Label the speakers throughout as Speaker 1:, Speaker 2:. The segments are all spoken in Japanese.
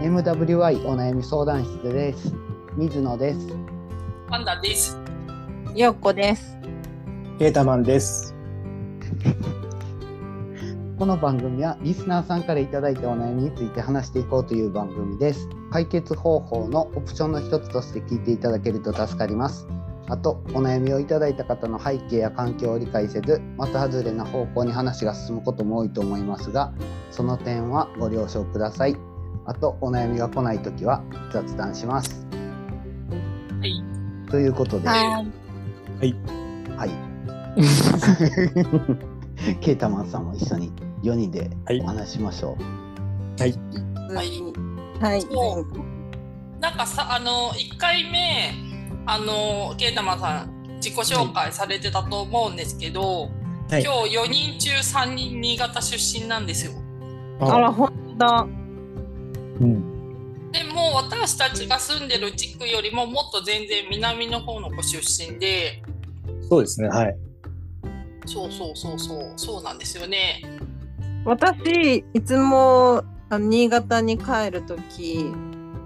Speaker 1: MWI お悩み相談室です水野です
Speaker 2: パンダです。
Speaker 3: ようこです。
Speaker 4: ケータマンです。
Speaker 1: この番組はリスナーさんからいただいたお悩みについて話していこうという番組です解決方法のオプションの一つとして聞いていただけると助かりますあとお悩みをいただいた方の背景や環境を理解せず的外れな方向に話が進むことも多いと思いますがその点はご了承くださいあとお悩みが来ないときは雑談します
Speaker 2: はい。
Speaker 1: ということでは
Speaker 2: はい
Speaker 1: はいケータマンさんも一緒に4人でお話ししましょう、
Speaker 2: はい
Speaker 3: はい。
Speaker 2: そうなんかさ、あの、1回目、あの、ケイタマさん、自己紹介されてたと思うんですけど、
Speaker 4: はい
Speaker 2: 今日4人中3人新潟出身なんですよ。
Speaker 3: あら、ほんと。
Speaker 4: うん。
Speaker 2: でも私たちが住んでる地区よりももっと全然南の方のご出身で、
Speaker 4: そうですね。はい。
Speaker 2: そうそうそうそう、そうなんですよね。
Speaker 3: 私、いつもあの新潟に帰るとき、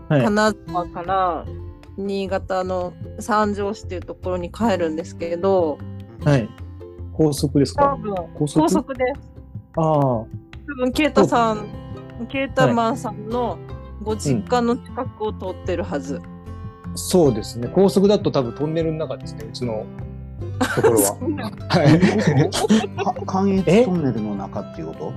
Speaker 4: はい
Speaker 3: 金沢から新潟の三条市っていうところに帰るんですけど、
Speaker 4: はい。高速です
Speaker 3: 多
Speaker 4: か。
Speaker 3: 分
Speaker 4: 高速。
Speaker 3: 高速です。
Speaker 4: ああ。
Speaker 3: 多分ケイタさん、ケイタマンさんのご実家の近くを通ってるはず。
Speaker 4: そうですね。高速だと多分トンネルの中ですね。うちのところは。は
Speaker 1: か関越
Speaker 4: え
Speaker 1: トンネルの中っていうこ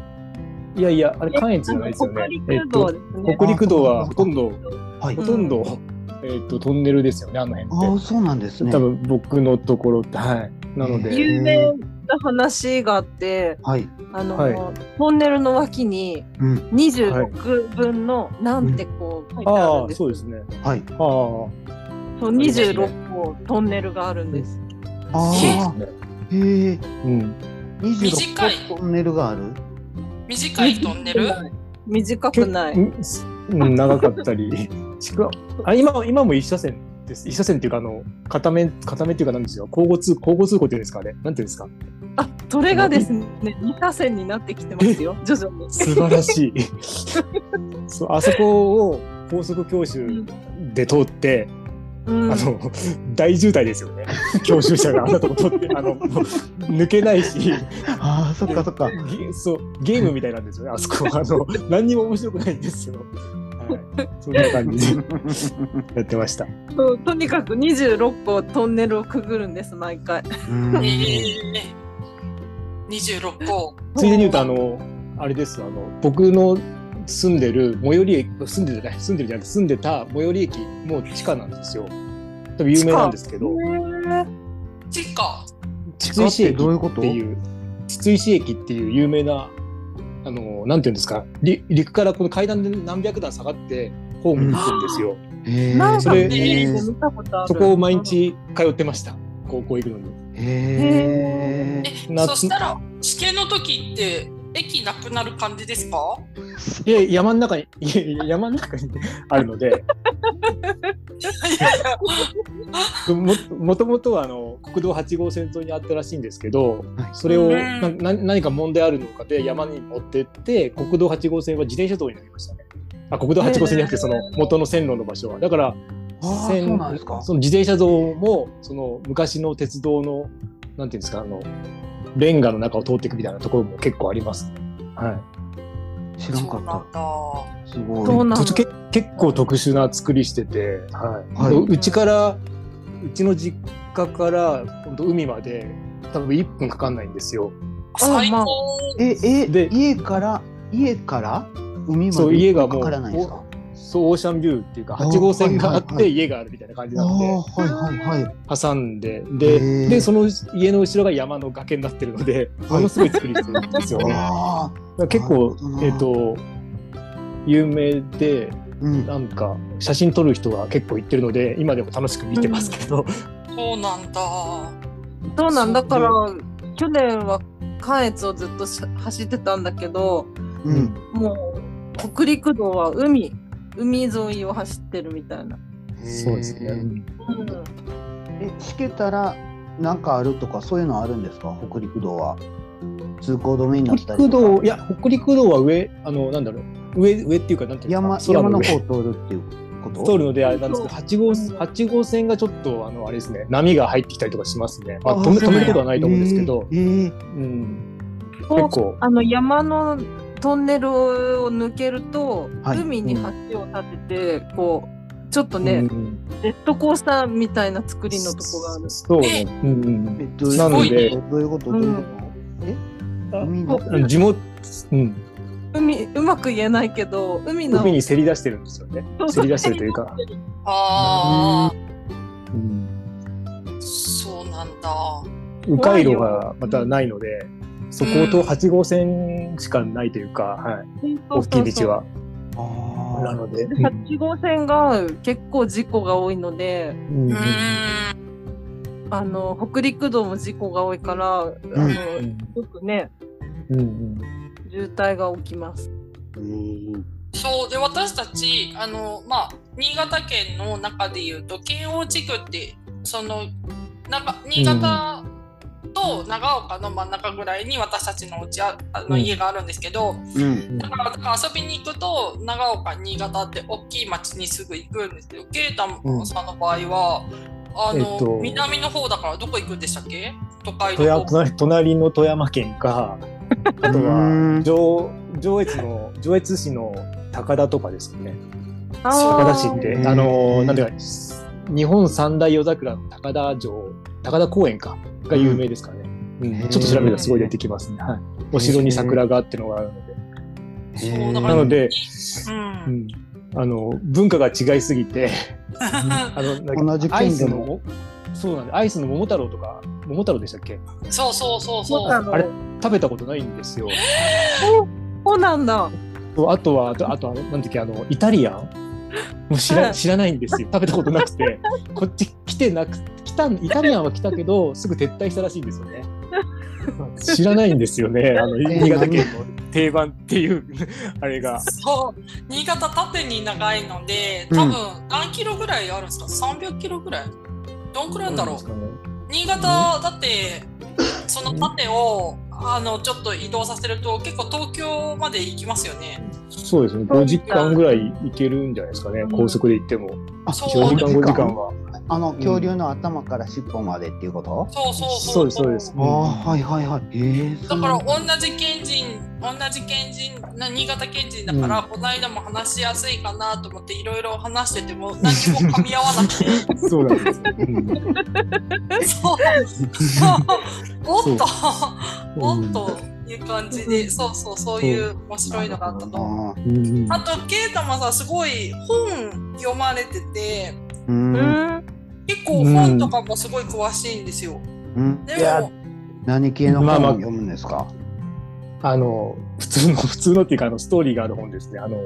Speaker 4: い。いやいや、あれ関越じゃないですよ
Speaker 3: 北
Speaker 4: ね。
Speaker 3: 陸道です
Speaker 4: えっ
Speaker 3: ね
Speaker 4: と。。北陸道はほとんど、
Speaker 1: とはい、
Speaker 4: ほとんど、えっとトンネルですよね。あの
Speaker 1: あ
Speaker 4: 辺
Speaker 1: あ
Speaker 4: っ
Speaker 1: そうなんです
Speaker 4: て。
Speaker 1: ね
Speaker 4: 多分僕のところってはい。なの
Speaker 1: え
Speaker 4: で。
Speaker 3: 有名な話があって、
Speaker 1: はい
Speaker 3: あの、
Speaker 4: はい
Speaker 3: トンネルの脇に
Speaker 1: うん
Speaker 3: 26分のなんてこう書いてある
Speaker 4: あ
Speaker 3: ん
Speaker 4: あ、
Speaker 3: です、
Speaker 4: そうですね。
Speaker 1: はい
Speaker 4: ああ。
Speaker 3: そう26個トンネルがあるんです。
Speaker 1: あ
Speaker 4: そうですね。
Speaker 1: あへえ
Speaker 4: うん。
Speaker 1: 二十
Speaker 2: 短い
Speaker 1: 六トンネルがある
Speaker 2: 短いトンネル
Speaker 3: 短くない。
Speaker 4: うん長かった りちくわあ今は今も一車線です一車線っていうかあの片面片面っていうかなんですよ交互通交互通行っていうんですかねなんていうんですか
Speaker 3: あ、それがですね、二車線になってきてますよ、徐々に。
Speaker 4: 素晴 らしいそうあそこを高速教習で通って、
Speaker 3: うん
Speaker 4: あの大渋滞ですよね教習車があんなとこ通ってあのもう抜けないし
Speaker 1: ああそっかそっか
Speaker 4: ゲそうゲームみたいなんですよねあそこあの何にも面白くないんですよ、はい、そんな 感じでやってました
Speaker 3: そうとにかく26個トンネルをくぐるんです、毎回。
Speaker 1: うん
Speaker 2: ええ26個。
Speaker 4: ついでに言うと、あの、あれです、あの、僕の住んでる最寄り駅、住んでるじゃない、住んでるじゃなくて、住んでた最寄り駅、もう地下なんですよ。多分有名なんですけど、
Speaker 2: 地下。
Speaker 4: 筒
Speaker 1: 地
Speaker 4: 石
Speaker 1: 下って
Speaker 4: 駅
Speaker 1: どういうこと
Speaker 4: っていう、筒石駅っていう有名な、あの、なんていうんですか、り陸からこの階段で何百段下がって、ホームに行くんですよ。
Speaker 1: へえ
Speaker 3: なん
Speaker 4: そ
Speaker 3: か
Speaker 4: れ
Speaker 3: テレビで見たことある。
Speaker 4: そこを毎日通ってました、高校行くのに。
Speaker 1: へえ
Speaker 2: え、
Speaker 4: 夏
Speaker 2: そしたら試験の時って駅なくなる感じですか？
Speaker 4: いや、山の中に、いやいや山の 中にあるので、ももともとはあの国道8号線沿いにあったらしいんですけど
Speaker 1: はい
Speaker 4: それ
Speaker 2: う
Speaker 4: を
Speaker 2: ん
Speaker 4: なな何か問題あるのかで山に持ってって国道8号線は自転車通りになりましたね。あ国道8号線じゃなくてその元の線路の場所はだから
Speaker 1: あー
Speaker 4: 線
Speaker 1: そうなんですか
Speaker 4: その自転車道もその昔の鉄道のなんていうんですかあのレンガの中を通っていくみたいなところも結構あります、は
Speaker 1: 知らんか
Speaker 2: そうなん
Speaker 1: っ
Speaker 2: だ。
Speaker 1: たすご
Speaker 3: そ
Speaker 1: い
Speaker 3: う
Speaker 4: い、
Speaker 3: なの
Speaker 4: とけ結構特殊な作りしてて、は
Speaker 1: は
Speaker 4: い
Speaker 1: いう
Speaker 4: ちからうちの実家からほんと海まで多分1分かかんないんですよ。
Speaker 2: 最
Speaker 3: まあ
Speaker 2: 高。
Speaker 1: ええ
Speaker 4: で
Speaker 1: 家から家から海ま
Speaker 4: そう
Speaker 1: で
Speaker 4: 家がも
Speaker 1: か
Speaker 4: う
Speaker 1: からないんですか
Speaker 4: そうオーシャンビューっていうか
Speaker 1: あー
Speaker 4: 8号線があっ
Speaker 1: はいはいは
Speaker 4: て家があるみたいな感じ
Speaker 1: あ
Speaker 4: な
Speaker 1: あ
Speaker 4: んで
Speaker 1: はいはいはい
Speaker 4: 挟んで
Speaker 1: へ
Speaker 4: で
Speaker 1: ー
Speaker 4: でその家の後ろが山の崖になってるので
Speaker 1: はい
Speaker 4: ものすごい作りしてるんで すよ。だか
Speaker 1: ああ
Speaker 4: ら結
Speaker 1: なるほ
Speaker 4: 構
Speaker 1: どな
Speaker 4: えっ、と有名で
Speaker 1: うん
Speaker 4: なんか写真撮る人が結構行ってるので今でも楽しく見てますけど、
Speaker 2: そうなんだ。
Speaker 3: そうなんだ
Speaker 4: そう
Speaker 3: から去年は関越をずっとし走ってたんだけど
Speaker 1: うん
Speaker 3: もう北陸道は海海沿いを走ってるみたいな、
Speaker 4: そうですね。うん
Speaker 1: え、しけたら、なんかあるとか、そういうのあるんですか、北陸道は。通行止めになった
Speaker 4: 北
Speaker 1: り
Speaker 4: 陸
Speaker 1: とか。
Speaker 4: 道いや北陸道は上あのなんだろう上上っていうかなんていうの
Speaker 1: 山
Speaker 4: か空
Speaker 1: 山
Speaker 4: の
Speaker 1: の
Speaker 4: 上
Speaker 1: 方を通るっていうこと
Speaker 4: 通るのであれなんですけど八号八号線がちょっとあのあれですね波が入ってきたりとかしますね。まあ、
Speaker 1: あ
Speaker 4: 止め
Speaker 1: そう
Speaker 4: 止
Speaker 1: なんや
Speaker 4: めることはないと思うんですけど、
Speaker 1: えーえー
Speaker 4: うん、結
Speaker 3: こう
Speaker 4: 構
Speaker 3: あの山のトンネルを抜けると、
Speaker 1: はい
Speaker 3: 海に橋を立てて、こうちょっとね、
Speaker 4: うん
Speaker 3: ジェットコースターみたいな作りのとこがある。
Speaker 4: そうね。うんうん
Speaker 1: え
Speaker 4: うん
Speaker 1: どういう
Speaker 4: なので
Speaker 1: どういうことどういうこと、え
Speaker 4: あ
Speaker 1: 海の
Speaker 4: うん地元、うん、
Speaker 3: 海うまく言えないけど海の
Speaker 4: 海にせり出してるんですよね。
Speaker 3: そう
Speaker 4: せり出してるというか。
Speaker 2: あ
Speaker 4: うん、
Speaker 2: あ、そうなんだ。
Speaker 4: 迂回路がまたないので、そこと8号線しかないというか、はい、大きい道は。
Speaker 1: あ
Speaker 4: な
Speaker 1: ー
Speaker 4: ので、うん
Speaker 3: 8号線が結構事故が多いので
Speaker 4: うん
Speaker 2: う
Speaker 4: うん
Speaker 2: ーん。
Speaker 3: あの北陸道も事故が多いから、あのよくね
Speaker 4: うんうん
Speaker 3: 渋滞が起きます。
Speaker 1: うん
Speaker 2: そうで私たちあの、まあ、新潟県の中でいうと県央地区ってそのなんか新潟と長岡の真ん中ぐらいに私たちのうちああ
Speaker 4: う
Speaker 2: の
Speaker 4: ん
Speaker 2: 家があるんですけど、
Speaker 1: うん
Speaker 2: だからだから遊びに行くと長岡新潟って大きい町にすぐ行くんですけど啓太さんの場合は、あの
Speaker 4: えっと
Speaker 2: 南の方だからどこ行くんでしたっけ都会
Speaker 4: 富
Speaker 2: の方
Speaker 4: 山隣隣の富山県か、あと
Speaker 1: うん
Speaker 4: は上上越の上越市の高田とかですかね。
Speaker 3: あー
Speaker 4: 高田市って
Speaker 1: う、ん
Speaker 4: あの
Speaker 1: う
Speaker 4: ー
Speaker 1: ん
Speaker 4: なんていうか、日本三大夜桜の高田城、高田公園か、が有名ですかね。うん
Speaker 1: へー
Speaker 4: ちょっと調べたらすごい出てきますね。はい、お城に桜があってのがあるので。
Speaker 2: そうだから
Speaker 4: なので、
Speaker 2: うん
Speaker 4: うん、あの文化が違いすぎて、あのなんか
Speaker 1: 同じ
Speaker 4: アイ
Speaker 1: 県
Speaker 4: ス
Speaker 1: で
Speaker 4: の
Speaker 1: も
Speaker 4: もそうなんです。アイスの桃太郎とか、桃太郎でしたっけ？
Speaker 2: そうそうそう
Speaker 3: そ
Speaker 2: そうう
Speaker 3: なの
Speaker 4: あれ食べたことないんですよ。
Speaker 3: そうなんだ。
Speaker 4: とあとはあとあとはなんていうっけあのイタリアンもう知
Speaker 3: う
Speaker 4: ら
Speaker 3: ん
Speaker 4: 知らないんですよ食べたことなくてこっち来てなく来たイタリアンは来たけどすぐ撤退したらしいんですよね知らないんですよねあの新潟県の定番っていうあれが
Speaker 2: そう新潟縦に長いので多分何キロぐらいあるんですか、300キロぐらいどんくらいあるんだろう、
Speaker 4: どうなんですかね
Speaker 2: 新潟だってその縦をあのちょっと移動させると結構東京まで行きますよね
Speaker 4: そうですね5時間ぐらい行けるんじゃないですかね高速で行っても
Speaker 1: あ
Speaker 2: そ
Speaker 4: 4
Speaker 2: う
Speaker 4: 時間5時間は
Speaker 1: あの恐竜の頭から尻尾までっていうこと、
Speaker 2: そうそうそ
Speaker 4: そう
Speaker 2: う
Speaker 4: ですそうです
Speaker 1: ああーはいはいはいえー、
Speaker 2: だから同じ県人同じ県人な新潟県人だから、この間も話しやすいかなと思っていろいろ話してても何も噛み合わな くて
Speaker 4: そうなんです、うん
Speaker 2: そうそうおっとおっという感じで、そうそうそういう面白いのがあったと思う。
Speaker 1: と
Speaker 4: うん
Speaker 2: あとケイタマさんすごい本読まれてて
Speaker 1: う
Speaker 3: うん
Speaker 1: うん
Speaker 3: ん。
Speaker 2: 結構本とかもすごい詳しいんですよ。
Speaker 1: うん
Speaker 2: で
Speaker 4: いや
Speaker 2: も
Speaker 1: 何系の
Speaker 4: まあ
Speaker 1: 本
Speaker 4: ま
Speaker 1: を
Speaker 4: あ
Speaker 1: 読むんですか、
Speaker 4: あの普通の 普通のっていうかあのストーリーがある本ですねあの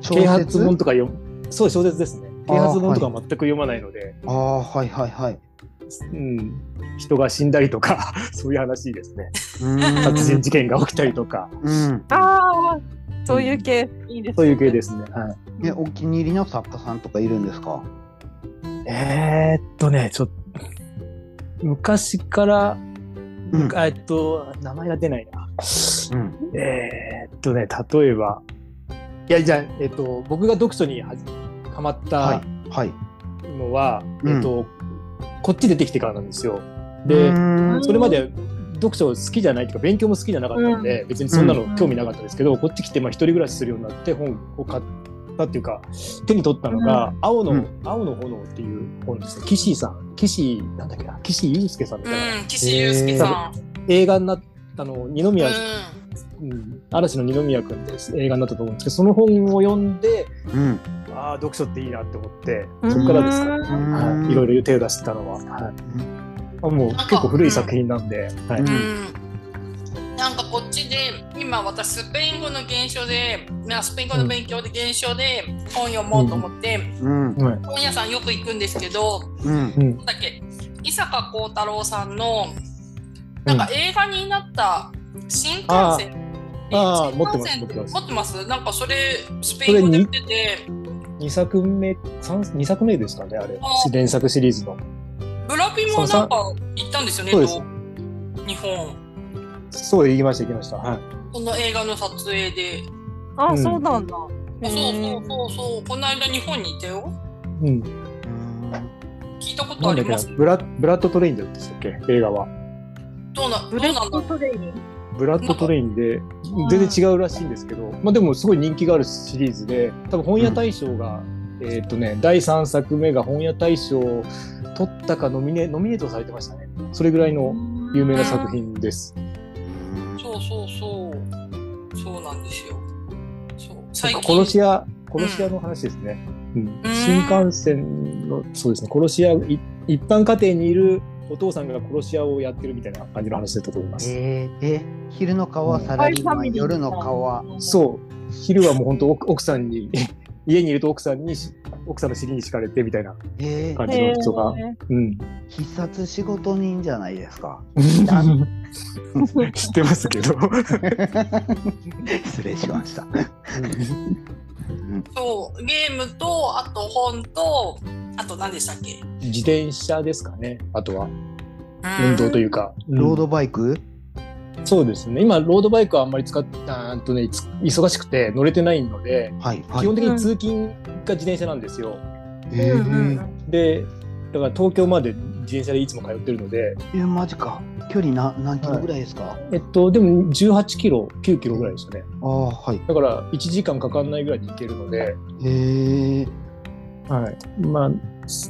Speaker 4: 啓発本とか読むそう小説ですね
Speaker 1: あ
Speaker 4: 啓
Speaker 1: ー
Speaker 4: 発本とかは全く読まないので、
Speaker 1: ああはいはいはい
Speaker 4: うん、人が死んだりとか そういう話ですね殺
Speaker 1: 殺
Speaker 4: 人事件が起きたりとか
Speaker 1: うん
Speaker 3: ああそういう系いいです、ね。
Speaker 4: そういう系ですね、はい、
Speaker 1: えお気に入りの作家さんとかいるんですか
Speaker 4: えー、っとねちょっと昔から、
Speaker 1: うん
Speaker 4: えっと名前が出ないな
Speaker 1: うん
Speaker 4: えー、っとね例えばいやじゃあ、えっと僕が読書にははまった
Speaker 1: はいはい
Speaker 4: のは、
Speaker 1: うん
Speaker 4: えっとこっち出てきてからなんですよで、
Speaker 1: うーん
Speaker 4: それまで読書好きじゃないというか勉強も好きじゃなかったんで、別にそんなの興味なかったですけど、こっち来てまあ一人暮らしするようになって本を買ったっていうか手に取ったのが「青の、
Speaker 1: うん
Speaker 4: 青の炎」っていう本ですね岸井さん岸井なんだっけな岸井祐介さんみたいな、
Speaker 2: うん岸優介さん。
Speaker 4: 映画になったの二
Speaker 2: うん
Speaker 4: 宮、うん嵐の二宮君です映画になったと思うんですけどその本を読んで
Speaker 1: うん
Speaker 4: ああ読書っていいなって思って
Speaker 3: うん
Speaker 4: そこからですかね、
Speaker 1: うん
Speaker 4: はい、いろいろ手を出してたのは、はいあもう結構古い作品なんで、はい
Speaker 1: うん
Speaker 2: うんなんかこっちで今私スペイン語の原書でまあスペイン語の勉強で原書で本読もうと思って、
Speaker 1: うん
Speaker 4: はい
Speaker 2: 本屋さんよく行くんですけど
Speaker 1: うん
Speaker 4: うん
Speaker 2: なんだっけ伊坂幸太郎さんのなんか映画になった新幹
Speaker 4: ああ
Speaker 2: 線、え
Speaker 4: ああ
Speaker 2: 新
Speaker 4: 持って
Speaker 2: 幹
Speaker 4: ます
Speaker 2: 線
Speaker 4: 持ってます
Speaker 2: 持ってますなんかそれスペイン語で売ってて
Speaker 4: 2作目三二作目ですかねあれ
Speaker 2: あ
Speaker 4: 連作シリーズの
Speaker 2: ブラピもなんか行ったんですよね
Speaker 4: そうです
Speaker 2: と日本
Speaker 4: そう行きました行きましたはい
Speaker 2: この映画の撮影で
Speaker 3: あ、
Speaker 4: うん
Speaker 3: そうなんだ。
Speaker 2: そう
Speaker 3: へ
Speaker 2: そ
Speaker 3: ー
Speaker 2: うそうそうこの間日本にいたよ
Speaker 4: うん。
Speaker 2: 聞いたこと
Speaker 4: な
Speaker 2: あ
Speaker 4: ん
Speaker 2: り
Speaker 4: だっけな
Speaker 2: ます
Speaker 4: ブラブラッドトレインだったっけ映画は。
Speaker 2: どうなど
Speaker 3: ブ
Speaker 2: うな
Speaker 3: レ
Speaker 2: んだ
Speaker 3: ッドトレーニング。
Speaker 4: ブラッドトレインで全然違うらしいんですけど、まあでもすごい人気があるシリーズで多分本屋大賞が、えーっとね第3作目が本屋大賞を取ったかノミネノミネートされてましたねそれぐらいの有名な作品です。
Speaker 2: そうそうそうそうなんですよそう最近
Speaker 4: 殺し屋殺し屋の話ですね、うん
Speaker 2: うん
Speaker 4: 新幹線のそうですね殺し屋い一般家庭にいるお父さんが殺し屋をやってるみたいな感じの話だったと思います。
Speaker 1: えー、え昼の顔はサラリーマン、夜の顔は
Speaker 4: そう昼はもう本当奥奥さんに 家にいると奥さんにし奥さんの尻に敷かれてみたいな、
Speaker 1: え
Speaker 4: 感
Speaker 1: ー、
Speaker 4: じの人が
Speaker 3: へー
Speaker 4: うん、
Speaker 1: 必殺仕事人じゃないです か
Speaker 4: 知ってますけど、
Speaker 1: 失礼しましたうん
Speaker 2: そうゲームとあと本とあと何でしたっけ
Speaker 4: 自転車ですかねあとは運動というか、
Speaker 1: ロードバイク、
Speaker 4: そうですね今ロードバイクはあんまり使っあーっとねいつ忙しくて乗れてないので、
Speaker 1: はいはい
Speaker 4: 基本的に通勤が自転車なんですよ、
Speaker 1: え
Speaker 3: うんうん
Speaker 1: ー、
Speaker 3: うん
Speaker 4: でだから東京まで自転車でいつも通ってるので
Speaker 1: えー、マジか距離な何キロぐらいですか、
Speaker 4: えっとでも18キロ9キロぐらいでしたね
Speaker 1: ああはい
Speaker 4: だから1時間かかんないぐらいで行けるので
Speaker 1: えー、
Speaker 4: はい、まあ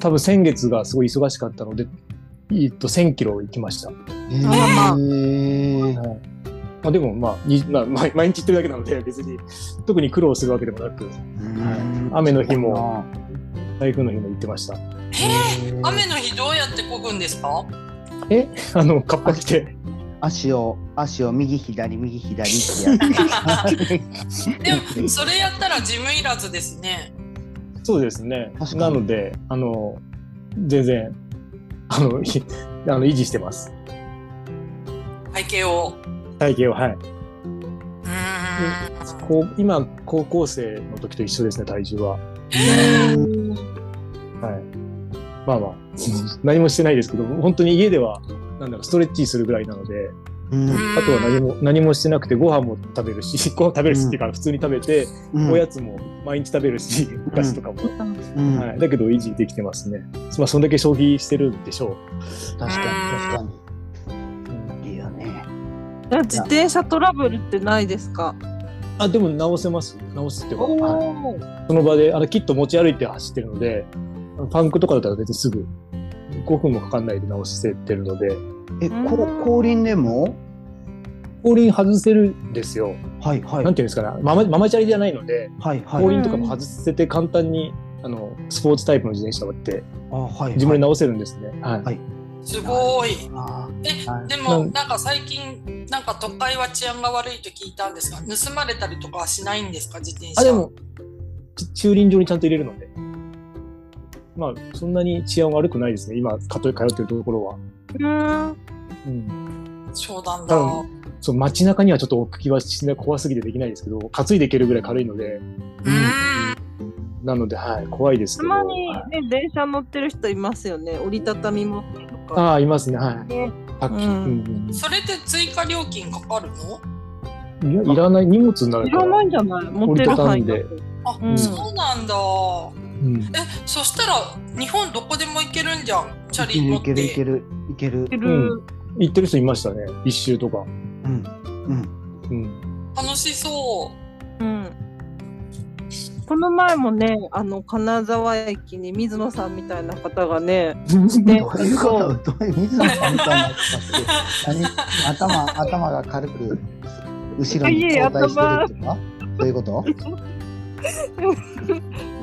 Speaker 4: 多分先月がすごい忙しかったので、えっと、1000キロ行きました、は
Speaker 1: えー、
Speaker 3: あ
Speaker 4: いまあ、でも、まあにまあ、毎毎日行ってるだけなので別に特に苦労するわけでもなく
Speaker 1: うん
Speaker 4: 雨の日も台風の日も行ってました
Speaker 2: えー雨の日どうやってこぐんですか
Speaker 4: えあのカッパ着て
Speaker 1: 足を足を右左右左ってやる
Speaker 2: でもそれやったら事務いらずですね
Speaker 4: そうですね
Speaker 1: 確か
Speaker 4: な
Speaker 1: に
Speaker 4: のであの全然あのいあの維持してます
Speaker 2: 背景を
Speaker 4: 体型をはいう
Speaker 2: ーん
Speaker 4: こう今高校生の時と一緒ですね体重ははい。まあまあ、何もしてないですけど、本当に家では、なんだろう、ストレッチするぐらいなので、
Speaker 1: うん
Speaker 4: あとは何も、何もしてなくて、ご飯も食べるし、 ご飯食べるしっていうか、普通に食べて、
Speaker 1: うん
Speaker 4: おやつも毎日食べるし、お菓子とかも。
Speaker 1: うん
Speaker 4: はい。だけど、維持できてますね。まあ、そんだけ消費してるんでしょ
Speaker 1: 確かに確かにいいよね
Speaker 3: え自転車トラブルってないですか。
Speaker 4: う。あ、でも直せます。直すっていうか、はい
Speaker 3: おー。
Speaker 4: その場で、あの、キット持ち歩いて走ってるので、パンクとかだったら別にすぐ、5分もかかんないで直せてるので、
Speaker 1: え
Speaker 3: うん
Speaker 1: こ後輪でも
Speaker 4: 後輪外せるんですよ。
Speaker 1: はいはい
Speaker 4: なんていうんですかね、ママママチャリじゃないので、
Speaker 1: はいは
Speaker 4: 後
Speaker 1: い
Speaker 4: 輪とかも外せて簡単に、あのスポーツタイプの自転車って
Speaker 1: あはい
Speaker 4: 自分で直せるんですね。はい。
Speaker 1: はい
Speaker 2: すごい
Speaker 1: あ
Speaker 2: え
Speaker 1: はい
Speaker 2: で
Speaker 4: う
Speaker 2: も
Speaker 4: ん
Speaker 2: なんか最近なんか都会は治安が悪いと聞いたんですが盗まれたりとかはしないんですか自転車
Speaker 4: あでもち駐輪場にちゃんと入れるので、まあそんなに治安悪くないですね。今かと通ってるところは。
Speaker 3: うん。
Speaker 4: うん。
Speaker 2: そうなんだ、
Speaker 4: 多そう街中にはちょっと置きはしない怖すぎてできないですけど、担いでいけるぐらい軽いので、
Speaker 2: うーん
Speaker 4: なのではい怖いです
Speaker 3: た
Speaker 4: けど。
Speaker 3: まに
Speaker 4: はい
Speaker 3: ね電車乗ってる人いますよね。折りたたみ持ってとか。
Speaker 4: ああいますねはい。パッキン
Speaker 3: うん
Speaker 4: うん
Speaker 2: それって追加料金かかるの
Speaker 4: うんいやいらない荷物になる
Speaker 3: い
Speaker 4: からら。
Speaker 3: ないんじゃない持ってる範囲だ
Speaker 4: 折り
Speaker 3: と。
Speaker 2: あ、
Speaker 3: うん
Speaker 2: そうなんだ
Speaker 4: うん
Speaker 2: えそしたら日本どこでも行けるんじゃんチャリ乗
Speaker 1: い
Speaker 2: っ
Speaker 1: け
Speaker 2: て
Speaker 1: るいけるいけるいけ
Speaker 3: い
Speaker 1: る
Speaker 3: る。
Speaker 4: 行ってる人いましたね。一周とか。
Speaker 1: うんうん
Speaker 4: うん。
Speaker 2: 楽しそう
Speaker 3: うん。この前もね、あの金沢駅に水野さんみたいな方がね、ね
Speaker 1: どういうことどういう水野さんみたいな人って何頭頭が軽く後ろに後退してるってかそういうこと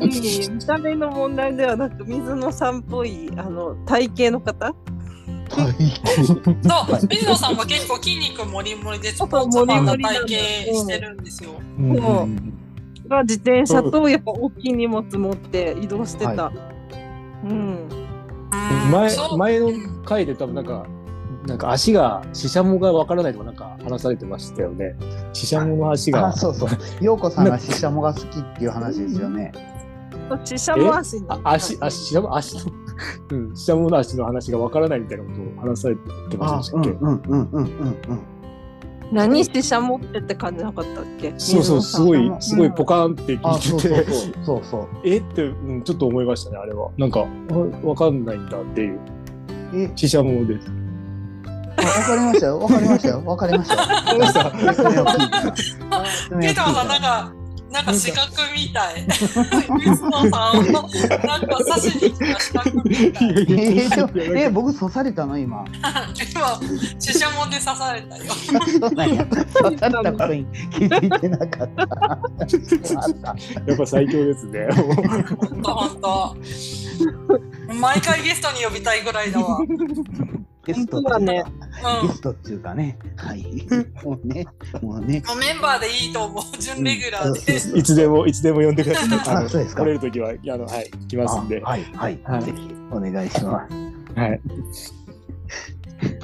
Speaker 3: いい見た目の問題ではなく水野さんっぽいあの体型の方
Speaker 1: 体
Speaker 2: そう、水野さんは結構筋肉もりもりでスポーツマンの体型してるんですよ。
Speaker 4: うん
Speaker 3: もが自転車とやっぱ大きい荷物持って移動してた。うん。
Speaker 4: 前
Speaker 2: そう
Speaker 4: 前
Speaker 2: う
Speaker 4: の
Speaker 2: ん
Speaker 4: 回で多分なんかなんか足がシシャモがわからないとかなんか話されてましたよね。シシャモの足
Speaker 1: あ
Speaker 4: が
Speaker 1: そうそう陽子さんがシシャモが好きっていう話ですよね
Speaker 3: シシャモ足に
Speaker 4: あ足足シシャモ足のうんシシャモの足の話がわからないみたいなことを話されてま
Speaker 1: あ
Speaker 4: せ
Speaker 1: う
Speaker 4: ん
Speaker 1: ん
Speaker 4: で
Speaker 1: う
Speaker 4: したっけ
Speaker 1: んうんうんうんうん
Speaker 3: 何してしゃもってって感じなかったっけ
Speaker 4: そうそう、すごい、すごいポカーンって
Speaker 1: あ
Speaker 4: 聞
Speaker 1: そ
Speaker 4: いうて
Speaker 1: そう
Speaker 4: て、
Speaker 1: そうそうそう
Speaker 4: えって、うん、ちょっと思いましたね、あれは。なんか、あわかんないんだっていう。
Speaker 1: え
Speaker 4: シシャモです。
Speaker 1: あわかりましたよわかりましたよわかりましたよ説明を聞いた説明を聞
Speaker 2: ケ
Speaker 1: い
Speaker 2: タマさん、なん
Speaker 1: た
Speaker 2: か、なんか資格みたい。水野さんを、なんか刺しに来た資格みたい。
Speaker 1: えーちょえ僕刺されたの今
Speaker 2: 今、シシャモンで刺されたよ。
Speaker 1: そうなんや刺されたことに気づいてなかったあった
Speaker 4: やっぱ最強ですね。
Speaker 2: ほんとほんと。毎回ゲストに呼びたいぐらいだわ。うん。
Speaker 1: ゲスト
Speaker 3: 本当だね
Speaker 1: ゲストっていうかね、はい、もうね、もうね、
Speaker 2: もうメンバーでいいと思う。準レギュラーで。
Speaker 4: いつでも、いつでも呼んでください。あ
Speaker 1: あ、
Speaker 4: の
Speaker 1: そうですか
Speaker 4: 来。れるときは、あの、はい、来
Speaker 1: あ
Speaker 4: ますんで。は
Speaker 1: はい、はい、
Speaker 4: はい
Speaker 1: ぜひお願いします。
Speaker 4: い。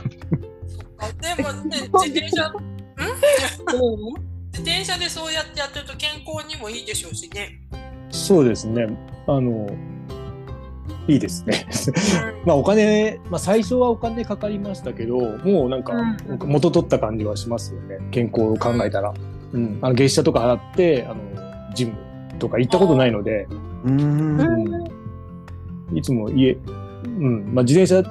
Speaker 2: でも、ね、自転車、自転車でそうやってやってると健康にもいいでしょうしね。
Speaker 4: そうですね。あの、いいですね。
Speaker 2: うん
Speaker 4: まあお金、まあ最初はお金かかりましたけど、もうなんか
Speaker 3: うん
Speaker 4: 元取った感じはしますよね。健康を考えたら。うん。あの月謝とか払って、あの、ジムとか行ったことないので、
Speaker 1: うーん、
Speaker 3: う
Speaker 1: は
Speaker 4: うんいつも家、うん、まあ自転車、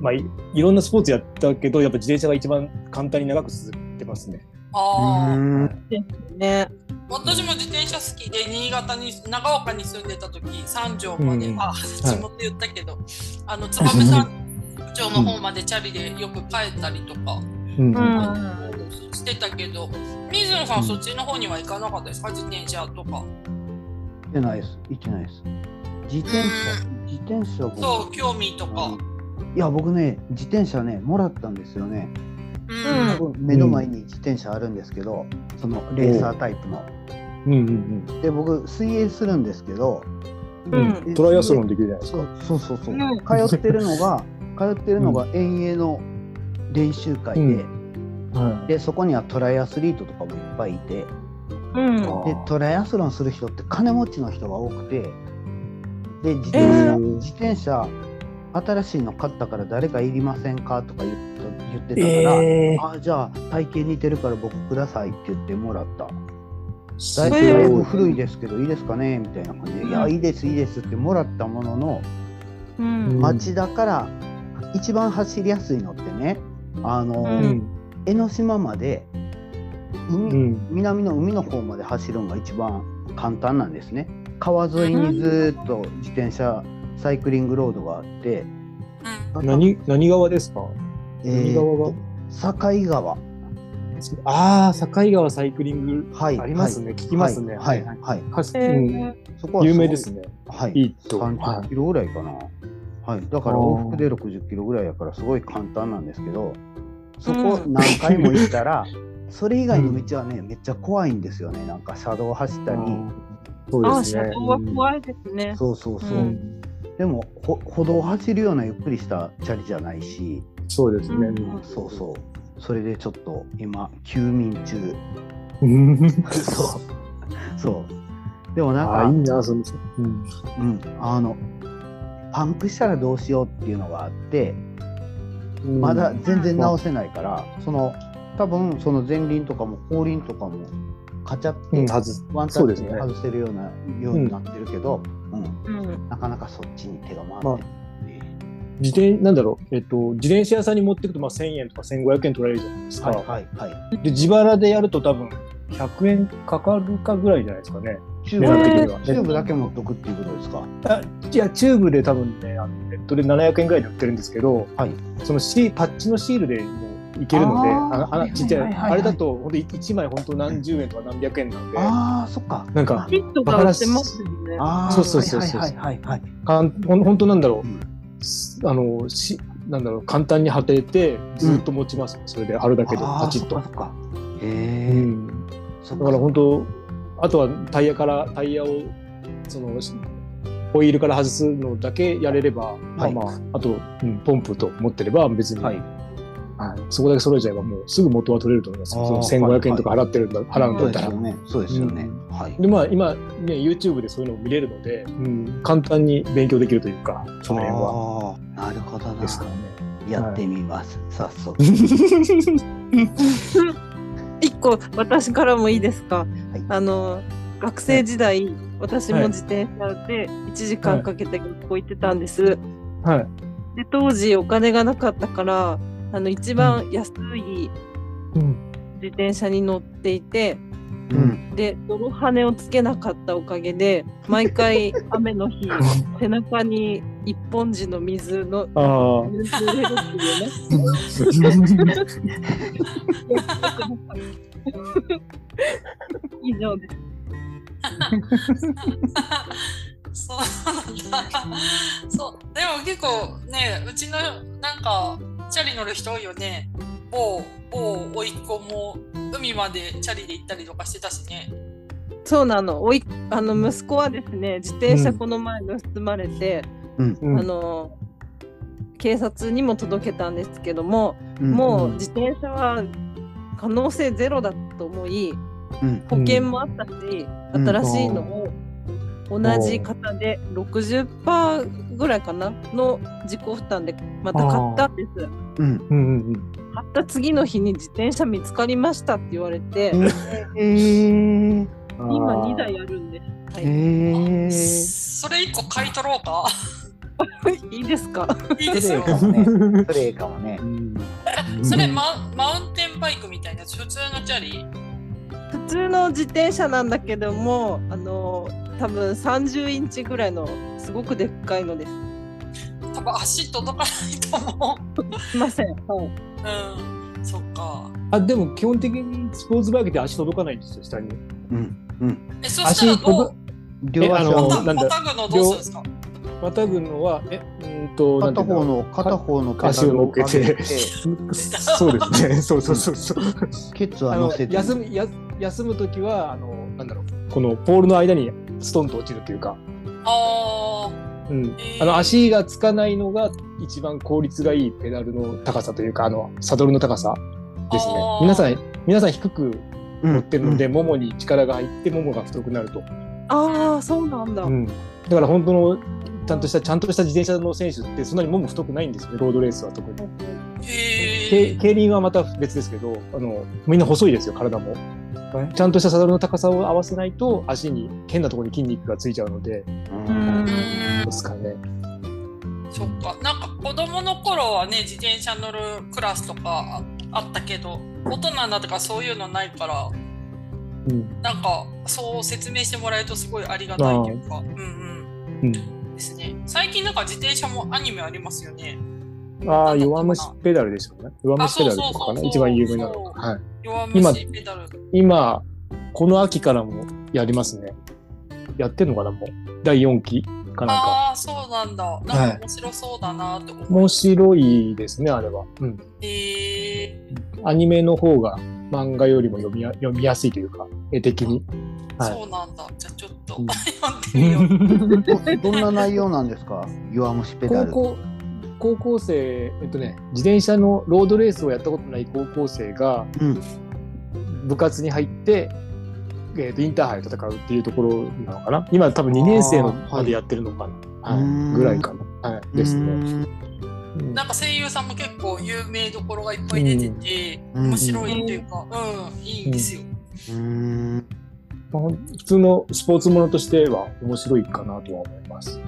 Speaker 4: まあいいろんなスポーツやったけど、やっぱ自転車が一番簡単に長く続けてますね。
Speaker 2: ああ。
Speaker 3: ね。
Speaker 2: 私も自転車好きで新潟に長岡に住んでた時三条まで、
Speaker 4: うん
Speaker 2: あ地元言ったけど、あの燕三条の方までチャリでよく帰ったりとか
Speaker 4: うん
Speaker 3: う
Speaker 4: あ
Speaker 3: ん。
Speaker 2: してたけど、水野さんそっちの方には行かなかったですか自転車とか
Speaker 1: 行ってないです、行ってないです。自転車、自転車僕
Speaker 2: そう興味とか、
Speaker 1: いや、僕ね、自転車ね、もらったんですよね。
Speaker 2: う
Speaker 3: うん
Speaker 2: ん
Speaker 1: 僕目の前に自転車あるんですけど、そのレーサータイプの。
Speaker 4: うんうん
Speaker 1: で、僕水泳するんですけど、
Speaker 4: う
Speaker 3: うん
Speaker 4: ん。うん。トライアスロンできるじゃないです
Speaker 1: そ
Speaker 4: か。
Speaker 1: うそうそうそう、
Speaker 3: うん
Speaker 1: 通ってるのが、通ってるのが遠泳の練習会で。
Speaker 4: うんは
Speaker 1: でそこにはトライアスリートとかもいっぱいいてで
Speaker 3: うん。
Speaker 4: あー
Speaker 1: トライアスロンする人って金持ちの人が多くてで自転車、
Speaker 3: えー
Speaker 1: 自転車新しいの買ったから誰かいりませんかとか言って言ってたから、
Speaker 4: え
Speaker 1: あーじゃあ体型似てるから僕くださいって言ってもらった
Speaker 4: ー
Speaker 1: だい
Speaker 3: すごい
Speaker 1: だいぶ古いですけどいいですかねみたいな感じで「
Speaker 3: うん
Speaker 1: いやいいですいいです」ってもらったものの
Speaker 3: うん。
Speaker 1: 町田から一番走りやすいのってねあの、
Speaker 3: う
Speaker 4: うんん。
Speaker 1: 江ノ島まで海、
Speaker 4: うん。
Speaker 1: 南の海の方まで走るのが一番簡単なんですね川沿いにずっと自転車サイクリングロードがあって
Speaker 4: 何、何側ですか。
Speaker 1: え
Speaker 4: 何
Speaker 1: ー
Speaker 4: 側が。
Speaker 1: 境川
Speaker 4: ああ、境川サイクリング。
Speaker 1: はい
Speaker 4: ありますね。聞きますね。
Speaker 1: はいはい、はい
Speaker 4: かす
Speaker 3: え
Speaker 4: うん
Speaker 3: ー
Speaker 1: そこは
Speaker 4: 有名です
Speaker 1: ね
Speaker 4: ね。
Speaker 1: はい
Speaker 4: いいとは
Speaker 1: 30
Speaker 4: い
Speaker 1: キロぐらいかなはいだから往復で60キロぐらいやからすごい簡単なんですけどそこ
Speaker 3: うん
Speaker 1: 何回も行ったらそれ以外の道はねめっちゃ怖いんですよねなんか車道走ったり
Speaker 4: そう
Speaker 3: あ、
Speaker 4: です
Speaker 3: 車
Speaker 4: ね。
Speaker 3: 道は怖いですね。
Speaker 1: そうそうそう、
Speaker 3: うん
Speaker 1: でもほ歩道を走るようなゆっくりしたチャリじゃないし、
Speaker 4: そうですね。
Speaker 3: うん
Speaker 1: そうそうそれでちょっと今休眠中
Speaker 4: うん
Speaker 1: そうそうでもなん
Speaker 4: あ
Speaker 1: か
Speaker 4: あ、いいな、その。うん
Speaker 1: うん、あのパンクしたらどうしようっていうのがあって
Speaker 4: うん
Speaker 1: まだ全然直せないから、その多分その前輪とかも後輪とかもカチャって、
Speaker 4: うん、はず。
Speaker 1: ワンタ
Speaker 4: そう
Speaker 1: ッ
Speaker 4: で
Speaker 1: チ
Speaker 4: す
Speaker 1: で
Speaker 4: ね
Speaker 1: 外せるような、ようになってるけど、うん
Speaker 3: うん。
Speaker 1: なかなかそっちに手が回って
Speaker 4: まあ自転、なんだろう、えっと、自転車屋さんに持ってくと、まあ、千円とか千五百円取られるじゃないです
Speaker 1: はい
Speaker 4: か。
Speaker 1: はいは
Speaker 4: で、自腹でやると、多分。100円かかるかぐらいじゃないですかね。
Speaker 1: いチュ
Speaker 4: 値段的
Speaker 1: ー
Speaker 4: に
Speaker 1: ブ
Speaker 4: は
Speaker 1: チューブだけ持っとくっていうことですか
Speaker 4: あいや、チューブで多分ね、あのネットで700円ぐらいで売ってるんですけど、
Speaker 1: はい
Speaker 4: そのシーパッチのシールでもういけるので、
Speaker 1: あ
Speaker 4: あ
Speaker 1: ー
Speaker 4: のあのちっちゃい、
Speaker 1: はいはいはいはい
Speaker 4: あれだと、本当1枚本当何十円とか何百円なので、
Speaker 1: ああそっか
Speaker 4: なんか
Speaker 3: ヒットが売ってますよね。
Speaker 1: あー
Speaker 4: そうそうそうそう
Speaker 1: はいはいはいはいはい
Speaker 4: かんほん本当なんだろ
Speaker 1: う
Speaker 4: う、
Speaker 1: ん
Speaker 4: あのしなんだろう簡単に貼っててずっと持ちます、それで貼るだけで
Speaker 1: あー
Speaker 4: パチッと
Speaker 1: そっか。そっかへ
Speaker 4: う
Speaker 1: え、
Speaker 4: ん
Speaker 1: そっ
Speaker 4: だから
Speaker 1: そっ
Speaker 4: 本当あとはタイヤからタイヤをそのホイールから外すのだけやれれば、
Speaker 1: はい
Speaker 4: まあまああと、うん、ポンプと持ってれば別に、
Speaker 1: はい
Speaker 4: はいそこだけ揃えちゃえばもうすぐ元は取れると思います
Speaker 1: あー
Speaker 4: その1500円とか払ってるんだ、払うん
Speaker 1: そう
Speaker 4: だっ
Speaker 1: で
Speaker 4: た
Speaker 1: す
Speaker 4: ら。
Speaker 1: よねそうですよね、
Speaker 4: うん
Speaker 1: はい
Speaker 4: でまあ、今、ね、YouTube でそういうのを見れるので、うん、簡単に勉強できるというかその辺は
Speaker 1: あーな るほどな
Speaker 4: ですからね。
Speaker 1: やってみます、早速
Speaker 4: うん
Speaker 3: 個私からもいいですか、
Speaker 1: い
Speaker 3: あの学生時代、私も自転車で1時間かけて学校行ってたんです、
Speaker 4: はい。
Speaker 3: で当時お金がなかったからあの一番安い
Speaker 4: うん。
Speaker 3: 自転車に乗っていて
Speaker 1: うん。
Speaker 3: で泥跳ねをつけなかったおかげで毎 回雨の日背中に一本地の水 の
Speaker 4: ああ。
Speaker 3: 水を入れるっていうね 以上です
Speaker 2: そうなんだ。そう。でも結構ね、うちのなんか、チャリ乗る人多いよね。某、某、甥いっ子も海までチャリで行ったりとかしてたしね。
Speaker 3: そうなのおいあの息子はですね自転車この前盗まれて、
Speaker 4: うん
Speaker 3: あの警察にも届けたんですけども、
Speaker 1: うん
Speaker 3: もう自転車は可能性ゼロだと思い
Speaker 1: うん
Speaker 3: 保険もあったし、
Speaker 1: うん
Speaker 3: 新しいのを同じ型で60%ぐらいかなの自己負担でまた買ったんです買
Speaker 1: うん。
Speaker 4: うんうん
Speaker 3: った次の日に自転車見つかりましたって言われて
Speaker 1: えー、
Speaker 4: うん。
Speaker 3: 今2
Speaker 4: よ。
Speaker 3: 台あるんです、は
Speaker 1: えー。
Speaker 2: それ
Speaker 3: い
Speaker 2: 一個買い取ろうか。
Speaker 3: いいですか
Speaker 2: いいですよ。
Speaker 1: それねプレイかもね
Speaker 4: う。ん
Speaker 2: それママウンテンバイクみたいなやつ普通のチャリ
Speaker 3: 普通の自転車なんだけどもあの多分30インチぐらいのすごくでっかいのです
Speaker 2: 多分足届かないと思
Speaker 3: すいません、はい、
Speaker 2: う。うん。そっか。
Speaker 4: あでも基本的にスポーツバイクって足届かないんですよ下に。
Speaker 1: うん。
Speaker 2: え、そしたらどう
Speaker 1: 両足
Speaker 4: えあ
Speaker 1: を
Speaker 4: の
Speaker 2: ま
Speaker 4: な
Speaker 2: た
Speaker 4: ん
Speaker 2: また
Speaker 4: だ
Speaker 2: ぐのどうするんですか
Speaker 4: またぐのはえうーんとなんて
Speaker 1: 片
Speaker 4: い
Speaker 1: 方
Speaker 4: うの
Speaker 1: の片方の
Speaker 4: 足を乗っけて
Speaker 1: 上げ
Speaker 4: そうですね。 そうそうそうそう。
Speaker 1: ケツは
Speaker 4: あの
Speaker 1: 乗せて。
Speaker 4: 休むや休む時はあのなんだろうこのポールの間にストンと落ちるというか、
Speaker 2: ああ。
Speaker 4: うん
Speaker 2: え、ー
Speaker 4: あの足がつかないのが一番効率がいいペダルの高さというかあのサドルの高さですね
Speaker 2: あ。ー
Speaker 4: 皆さん皆さん低く
Speaker 1: うん
Speaker 4: 持ってるので、ももに力が入ってももが太くなると。
Speaker 3: ああそうなんだ、
Speaker 4: うん、だから本当のちゃんとしたちゃんとした自転車の選手ってそんなにもも太くないんですよねロードレースは特に。
Speaker 2: へ
Speaker 4: け
Speaker 2: え。
Speaker 4: 競輪はまた別ですけどあのみんな細いですよ体も。ちゃんとしたサドルの高さを合わせないと足に変なところに筋肉がついちゃうので
Speaker 1: うん
Speaker 2: う
Speaker 3: うん
Speaker 2: ん
Speaker 4: で。すかね。
Speaker 2: そっか、なんか子供の頃はね、自転車乗るクラスとかああったけど、大人になってからそういうのないから、
Speaker 4: うん
Speaker 2: なんかそう説明してもらえるとすごいありがたいというか、うん
Speaker 4: うん
Speaker 2: うんですね。最近なんか自転車もアニメありますよね。
Speaker 4: ああ弱虫ペダルでしょうね。弱虫ペダルとか
Speaker 2: あそうそう
Speaker 4: な
Speaker 2: そう
Speaker 4: 一番有名なの
Speaker 2: そう
Speaker 4: は。はい、
Speaker 2: 弱
Speaker 4: 今
Speaker 2: 虫ペダル。
Speaker 4: 今この秋からもやりますね。やってんのかなもう第4期かなんか。
Speaker 2: ああー、そうなんだ。なんか面白そうだなって思う。
Speaker 4: 面白いですねあれは。うん
Speaker 2: へえ
Speaker 4: アニメの方が漫画よりも読みや読みやすいというか、絵的に。はい
Speaker 2: そうなんだ。じゃあちょっと、
Speaker 4: うん
Speaker 2: 読んでみよう。
Speaker 1: どんな内容なんですか弱虫ペダ
Speaker 4: 高
Speaker 1: ル。
Speaker 4: 校、高校生、えっとね、自転車のロードレースをやったことない高校生が
Speaker 1: うん。
Speaker 4: 部活に入って、えっとインターハイを戦うっていうところなのかな。今多分2年生の
Speaker 1: あーはい
Speaker 4: までやってるのかな。
Speaker 1: う
Speaker 4: は
Speaker 1: ー
Speaker 4: い
Speaker 1: ん
Speaker 4: ぐらいかな。はい、ですね。うん
Speaker 2: なんか声優さんも結構有名どころがいっぱい出てて、
Speaker 1: うん
Speaker 2: 面白いっていうか、うん、いいですよ。
Speaker 1: うーん。
Speaker 4: まあ普通のスポーツものとしては面白いかなとは思います。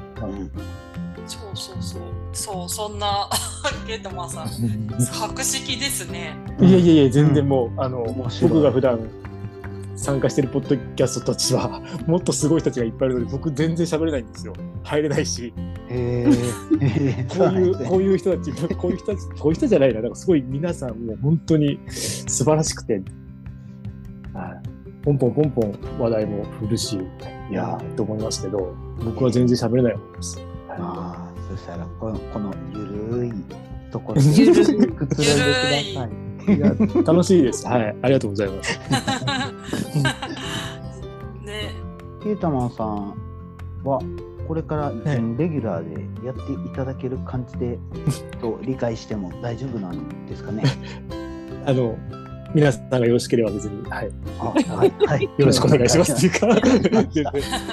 Speaker 2: そうそうそう。そう、そんな、 ゲートマンさん、博識ですね。
Speaker 1: うん
Speaker 4: いやいやいや、全然もう、あの、
Speaker 1: 面白い
Speaker 4: 僕が普段参加してるポッドキャストたちは、 もっとすごい人たちがいっぱいいるので、僕全然喋れないんですよ。入れないし、
Speaker 1: へ え。
Speaker 4: こういう、こ
Speaker 1: う
Speaker 4: ういう人たち、 こういう人たち、こういう人じゃないな、なんかすごい皆さんもう本当に素晴らしくて、はいポンポンポンポン話題も振るし、いやー、と思いますけど、僕は全然喋れない思いです。は
Speaker 1: ああ、そしたらこのこのゆるいところで
Speaker 4: ゆる
Speaker 1: く
Speaker 4: い
Speaker 1: つろいでください。
Speaker 4: いいや楽しいです。はい、ありがとうございます。
Speaker 2: ね、
Speaker 1: ケータマンさんはこれから準レギュラーでやっていただける感じで、と理解しても大丈夫なんですかね。
Speaker 4: あの、皆さんがよろしければ別に、はい。
Speaker 1: あはいはい。
Speaker 4: よろしくお願いしますって
Speaker 1: よ
Speaker 4: いうか、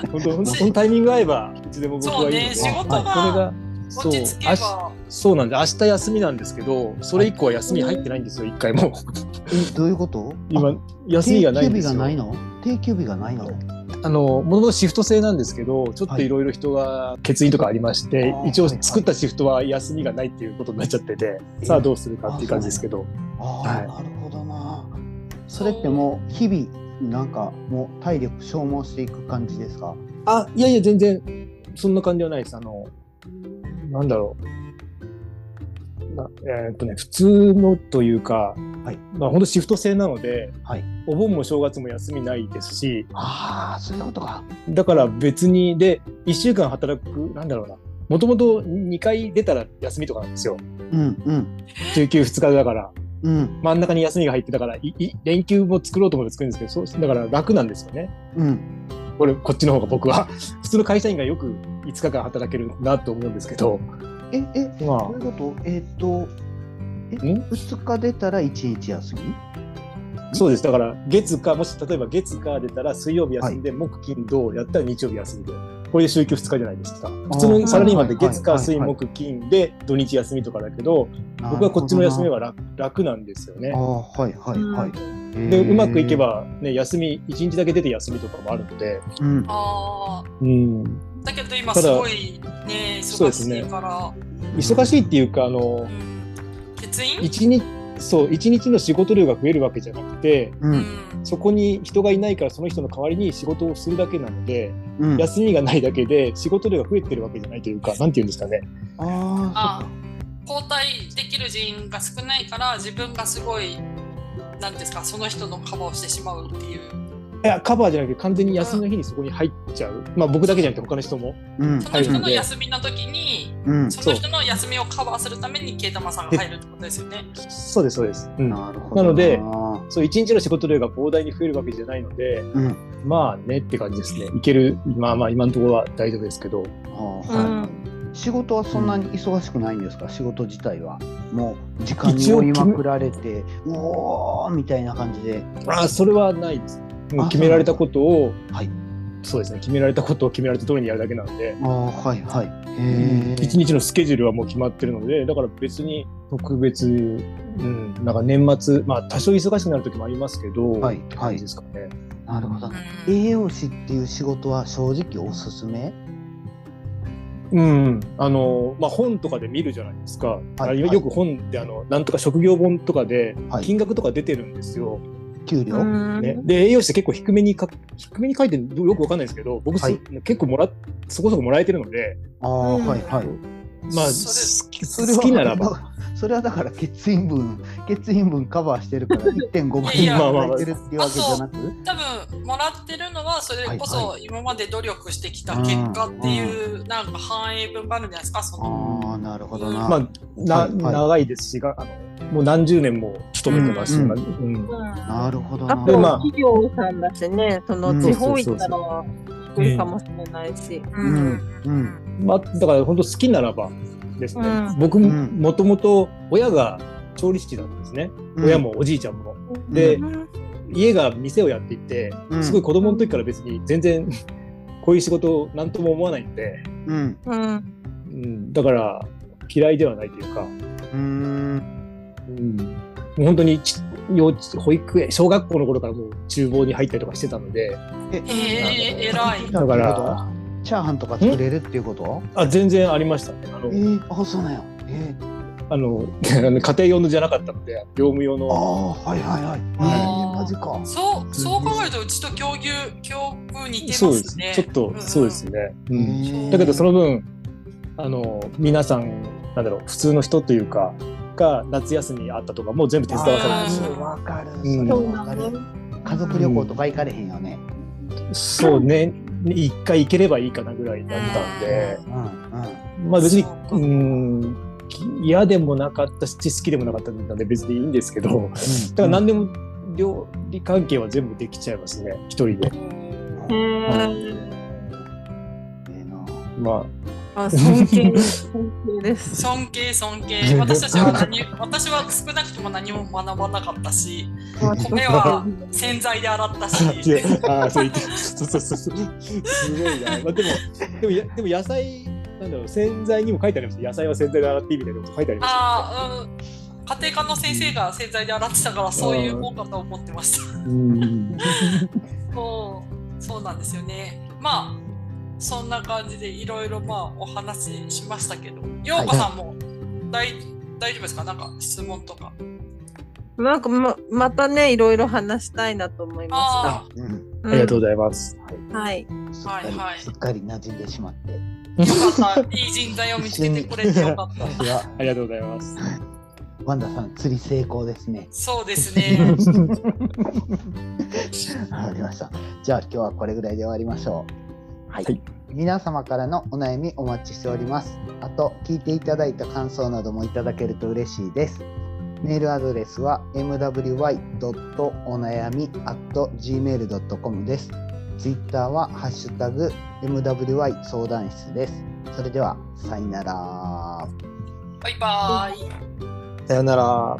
Speaker 4: 本当、本当タイミング合えば、いつでも僕はいいので、
Speaker 2: そうね仕事が
Speaker 4: はいこれが、
Speaker 2: 落ち着け
Speaker 4: そう
Speaker 2: ば、
Speaker 4: そうなんで明日休みなんですけどそれ以降は休み入ってないんですよ一回も
Speaker 1: えどういうこと
Speaker 4: 今
Speaker 1: あ
Speaker 4: 休みがないんですよ
Speaker 1: 定休日がないの定休日がないの
Speaker 4: あのもともとシフト制なんですけどちょっといろいろ人が欠員とかありまして、
Speaker 1: はい
Speaker 4: 一応
Speaker 1: あーはいはい
Speaker 4: 作ったシフトは休みがないっていうことになっちゃってて、
Speaker 1: え
Speaker 4: さあどうするかっていう感じですけど
Speaker 1: ああ、
Speaker 4: はい
Speaker 1: なるほどなそれってもう日々なんかもう体力消耗していく感じですか
Speaker 4: あいやいや全然そんな感じはないですあのなんだろうなえーっとね普通のというか、
Speaker 1: はい
Speaker 4: まあ本当シフト制なので、
Speaker 1: はい
Speaker 4: お盆も正月も休みないですし
Speaker 1: ああそういうことか
Speaker 4: だから別にで1週間働くなんだろうなもともと2回出たら休みとかなんですよ
Speaker 1: うんうん
Speaker 4: 週休2日だから
Speaker 1: うん
Speaker 4: 真ん中に休みが入ってたからいい連休も作ろうと思って作るんですけどそうだから楽なんですよね
Speaker 1: うん
Speaker 4: これこっちの方が僕は 普通の会社員がよく5日間働けるなと思うんですけど
Speaker 1: ええ
Speaker 4: まあ
Speaker 1: どういうことえーっとえ
Speaker 4: ん
Speaker 1: 2日出たら1日休み
Speaker 4: そうですだから月かもし例えば月か出たら水曜日休んで、木金土やったら日曜日休みでこれで週休2日じゃないですか普通のサラリーマンって月
Speaker 1: は
Speaker 4: か
Speaker 1: いはい
Speaker 4: 水
Speaker 1: はいはい
Speaker 4: 木金で土日休みとかだけど僕はこっちの休みは楽楽なんですよね
Speaker 1: あ。あはいはいはい、
Speaker 4: でうまくいけ
Speaker 1: ば、
Speaker 4: ば、ね、休み1日だけ出て休みとかもあるので、
Speaker 1: うん、
Speaker 2: あ
Speaker 4: うん、
Speaker 2: ーだけど今
Speaker 4: た
Speaker 2: す
Speaker 4: だ
Speaker 2: ごいね
Speaker 4: そう
Speaker 2: 忙
Speaker 4: です
Speaker 2: し
Speaker 4: ね
Speaker 2: いから
Speaker 4: 忙しいっていうかあの
Speaker 2: うん欠員
Speaker 4: 一日そう一日の仕事量が増えるわけじゃなくて
Speaker 1: う
Speaker 2: うんん
Speaker 4: そこに人がいないからその人の代わりに仕事をするだけなので、
Speaker 1: うん、
Speaker 4: 休みがないだけで仕事量が増えてるわけじゃないと いうかなんていうんですかね
Speaker 1: あ
Speaker 2: あ交代できる人員が少ないから自分がすごいなんですかその人のカバーをしてしまうっていう
Speaker 4: いやカバーじゃなくて完全に休みの日にそこに入っちゃう、まあ僕だけじゃなくて他の人も
Speaker 1: あうん
Speaker 2: その人の休みの時に
Speaker 1: うん
Speaker 2: その人の休みをカバーするためにケイタマさんが入るってことですよね。
Speaker 4: そうですそうです、うん
Speaker 1: なるほど
Speaker 4: なので
Speaker 1: あ
Speaker 4: そう一日の仕事量が膨大に増えるわけじゃないので
Speaker 1: ーうん
Speaker 4: まあねって感じですねいけるまあまあ今のところは大丈夫ですけど
Speaker 1: あー
Speaker 3: う
Speaker 1: はい
Speaker 3: ん
Speaker 1: 仕事はそんなに忙しくないんですか、仕事自体はもう時間に
Speaker 4: 一応
Speaker 1: 追いまくられてうおーみたいな感じで
Speaker 4: あそれはないですも
Speaker 1: あ
Speaker 4: う決められたことを
Speaker 1: はい
Speaker 4: そうですね決められたことを決められた通りにやるだけなので
Speaker 1: ああはいはいへ
Speaker 4: 一日のスケジュールはもう決まってるのでだから別に特別、うん、なんか年末まあ多少忙しくなる時もありますけど、
Speaker 1: はい
Speaker 4: って感じですかね
Speaker 1: えなるほど
Speaker 2: うん
Speaker 1: 栄養士っていう仕事は正直おすすめ
Speaker 4: うんあのまあ本とかで見るじゃないですか、
Speaker 1: はい
Speaker 4: あよよく本であのなんとか職業本とかで
Speaker 1: はい
Speaker 4: 金額とか出てるんですよ、
Speaker 1: 給料、
Speaker 3: うん
Speaker 4: ね、で栄養士って結構低めにか低めに書いてるよくわかんないですけど僕、
Speaker 1: はい
Speaker 4: 結構もらっそこそこもらえてるので
Speaker 1: ああ、
Speaker 3: うん
Speaker 1: はいはい
Speaker 4: まあ
Speaker 2: そ
Speaker 4: 好き好きならば
Speaker 1: それはだから欠員分欠員分カバーしてる から1.5倍
Speaker 2: い
Speaker 1: に
Speaker 2: やいや
Speaker 1: 働いてるっていうわけじゃなく
Speaker 2: 多分もらってるのはそれこ
Speaker 1: はい
Speaker 2: そ今まで努力してきた結果っていうなんか反映分があるんじゃないですかその。
Speaker 1: ああなるほどな、
Speaker 4: まあな
Speaker 1: はいはい
Speaker 4: 長いですしがあのもう何十年も勤めてます、
Speaker 1: うん
Speaker 4: 今うん
Speaker 1: なるほど
Speaker 3: あ
Speaker 1: な
Speaker 3: と、
Speaker 4: まあ
Speaker 3: 企業さんだしね、その
Speaker 1: うん
Speaker 3: 地方行ったのは低いかもしれないし。
Speaker 1: うんうん
Speaker 4: まあ、だから本当好きならばですね、
Speaker 3: うん
Speaker 4: 僕
Speaker 1: うん
Speaker 4: もともと親が調理師だったんですね、親もおじいちゃんもで
Speaker 3: うん
Speaker 4: 家が店をやっていて、
Speaker 1: うん
Speaker 4: すごい子供の時から別に全然 こういう仕事を何とも思わないんで、
Speaker 1: うん
Speaker 3: うん
Speaker 4: うん、だから嫌いではないというか、
Speaker 1: うん
Speaker 4: うん、もう本当にち幼稚保育園小学校の頃からもう厨房に入ったりとかしてたので
Speaker 1: え
Speaker 2: えー偉い
Speaker 1: だか
Speaker 4: だから
Speaker 1: チャーハンとか作れるっていうこと？
Speaker 4: あ全然ありましたねあ
Speaker 1: え
Speaker 4: の、
Speaker 1: ー、あそうなんや。えー、
Speaker 4: あの あの家庭用のじゃなかったので業務用
Speaker 1: あ
Speaker 4: の
Speaker 1: あはいはいはい。
Speaker 2: あ
Speaker 1: えー、
Speaker 2: ー
Speaker 1: マジか。
Speaker 2: そうそう考えるとうちと境遇境遇似てま
Speaker 4: そうです
Speaker 2: すね。
Speaker 4: ちょっとそうですね、う
Speaker 1: え
Speaker 4: ん
Speaker 1: ー
Speaker 4: だけどその分あの皆さんなんだろう普通の人というかが夏休みあったとかもう全部手伝わされてるし
Speaker 1: あーわかる。そ
Speaker 4: ん
Speaker 1: れ
Speaker 4: そ
Speaker 1: わかる。家族旅行とか行かれへんよね。
Speaker 4: そうね一回行ければいいかなぐらいだったんで、
Speaker 1: うんうん。
Speaker 4: まあ別に
Speaker 2: そうか
Speaker 4: うん嫌でもなかったし好きでもなかったので別にいいんですけどだから何でも料理関係は全部できちゃいますね一人で。
Speaker 1: え
Speaker 3: へー
Speaker 1: えな。
Speaker 4: ま
Speaker 3: あ尊敬尊敬です。
Speaker 2: 尊敬尊敬私たちは何私は少なくとも何も学ばなかったし米は洗剤で洗ったし
Speaker 4: あ、 いやあーそう言ってそうそうそうそうすごいな、まあ、でもでもやでも野菜なんだろう洗剤にも書いてあります野菜は洗剤で洗っていいみたいなこと書いてあります
Speaker 2: ああ、うん。家庭科の先生が洗剤で洗ってたから、そういうもんかと思ってました。
Speaker 1: うん。
Speaker 2: そう、そうなんですよね。まあ、そんな感じでいろいろまあお話ししましたけど、ようこさんも大大丈夫ですかなんか質問とか。
Speaker 3: なんかままたねいろいろ話したいなと思いま
Speaker 2: あ
Speaker 1: うん
Speaker 3: した。
Speaker 4: ありがとう
Speaker 3: う
Speaker 4: ございます、
Speaker 3: ん。はい。
Speaker 1: すっかり、
Speaker 2: はいはい
Speaker 1: すっかり馴染んでしまって。
Speaker 2: あ、よかった。いい人材を見つけてくれてよか った。
Speaker 1: 私は、
Speaker 4: ありがとうございます。
Speaker 1: ワンダさん、釣り成功ですね。
Speaker 2: そうですね。
Speaker 1: わかりました。じゃあ今日はこれぐらいで終わりましょう。はい皆様からのお悩みお待ちしております。あと聞いていただいた感想などもいただけると嬉しいです。メールアドレスは mwy.onayami.gmail.com です。ツイッターはハッシュタグ mwy 相談室です。それではさよなら。
Speaker 2: バイバーイ。
Speaker 5: さよなら。